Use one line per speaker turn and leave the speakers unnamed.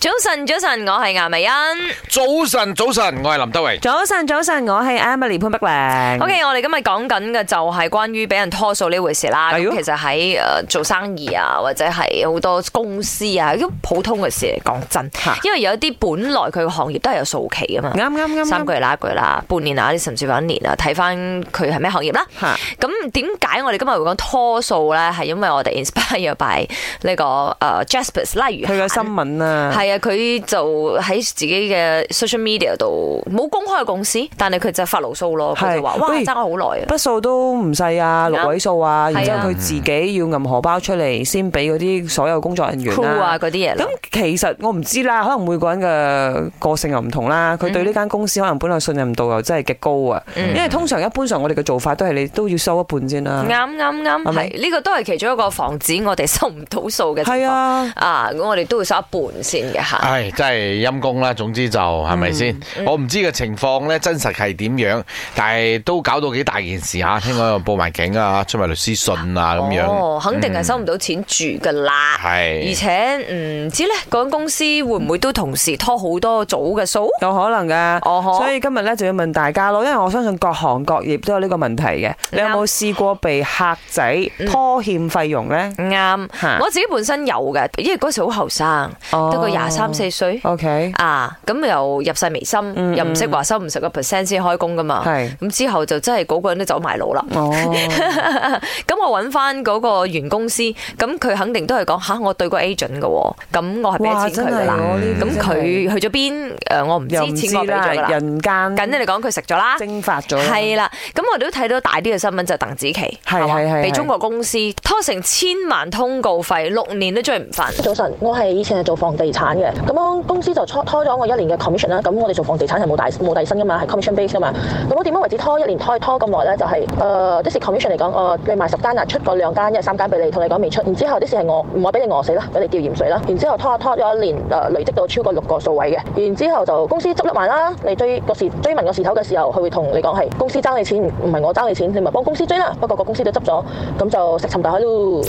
早晨，早晨，我係顏美欣。
早晨，早晨，我係林德榮。
早晨，早晨，我係 Emily 潘碧玲。
OK，我哋今日講緊嘅就係關於俾人拖數呢回事啦。
哎
咁
呦
其實喺诶做生意啊，或者係好多公司啊，咁普通嘅事嚟講真
嚇，
因為有啲本來佢嘅行業都係有數期噶嘛。
啱啱啱
三
啱
個月啦，一個月啦，半年啊，甚至乎一年啊，睇翻佢係咩行業啦。
吓，
咁點解我哋今日會講拖數咧？係因為我哋 inspire by 呢、個誒 Jaspers 例如
佢個新聞啊，
係啊，佢就喺自己嘅 social media 度冇公開嘅公司，但係佢就發牢騷咯，佢就話：
係
哇，
喂
爭我好耐啊！
筆數都唔細
啱
啊，六位數啊，然之
係啊
後佢自己要揞荷包出嚟，先俾嗰啲所有工作人員
crew 啊
啦。
嗰啲嘢啦
咁，其實我唔知啦，可能每個人嘅個性又唔同啦。佢對呢間公司可能本來信任度又真係極高啊，因為通常一般上我哋嘅做法都係你都要收一半先啦。
啱啱啱，
嗯係咪
係呢個都係其中一個防止我哋收唔到數嘅情
係
況。
啊，
啊，咁我哋都會收一半先嘅嚇。
唉，真係陰公啦，總之就係咪先？我唔知嘅情況呢，真實係點樣，但係都搞到幾大件事吓，聽講又報埋警啊，出埋律師信啊咁樣，
哦，肯
嗯
定係收唔到錢住㗎啦。而
係
且唔知咧，嗰間公司會唔會都同時拖好多組嘅數？
有可能噶。
哦呵
所以今日咧就要問大家咯，因為我相信各行各業都有呢個問題
嗯
嘅。你有冇試過被客仔拖欠費用呢？
啱，
嚇哦
我自己本身有嘅，因為嗰時好後生，得個廿三四歲。
O K，
啊，咁又入世微
嗯
心，又唔識話收五十個 percent 先開工噶嘛。
係
咁之後就真係嗰個人都走埋佬啦。
哦，
咁我揾翻嗰個原公司，咁佢肯定都係講吓，我對個 agent 嘅喎，咁我係俾咗
哇，
錢
真
佢
係
㗎啦。
我呢
咁
啲真係
佢去咗邊？誒，我唔知
又
錢我
唔知
俾咗㗎
啦，
啦。
人間
簡單嚟講，佢食咗啦。
蒸發咗，
係啦，咁我哋都睇到大啲嘅新聞就係鄧紫棋，
係
係嘛
係係
俾
係
中國公司拖成千萬通告費，六年都追唔翻。
早晨，我係以前係做房地產嘅，咁樣公司就拖拖咗我一年嘅 commission 啦。咁我哋做房地產係冇大冇底薪噶嘛，係 commission base 噶嘛。咁我點樣為止拖一年拖拖咁耐咧？就係、呃誒，即是 commission 嚟講，誒、你賣十間啊，出過兩間，一係三間俾你，同你講未出。然之後啲事係我唔可以俾你餓死啦，俾你吊鹽水啦。然之後拖拖咗一年，誒、累積到超過六個數位嘅。然之後就公司執笠埋啦，你追個時追問個時頭嘅時候，佢會同你講係公司爭你錢，唔係我爭你錢，你咪幫公司追啦。不過個公司都執咗，咁就石沉大海咯。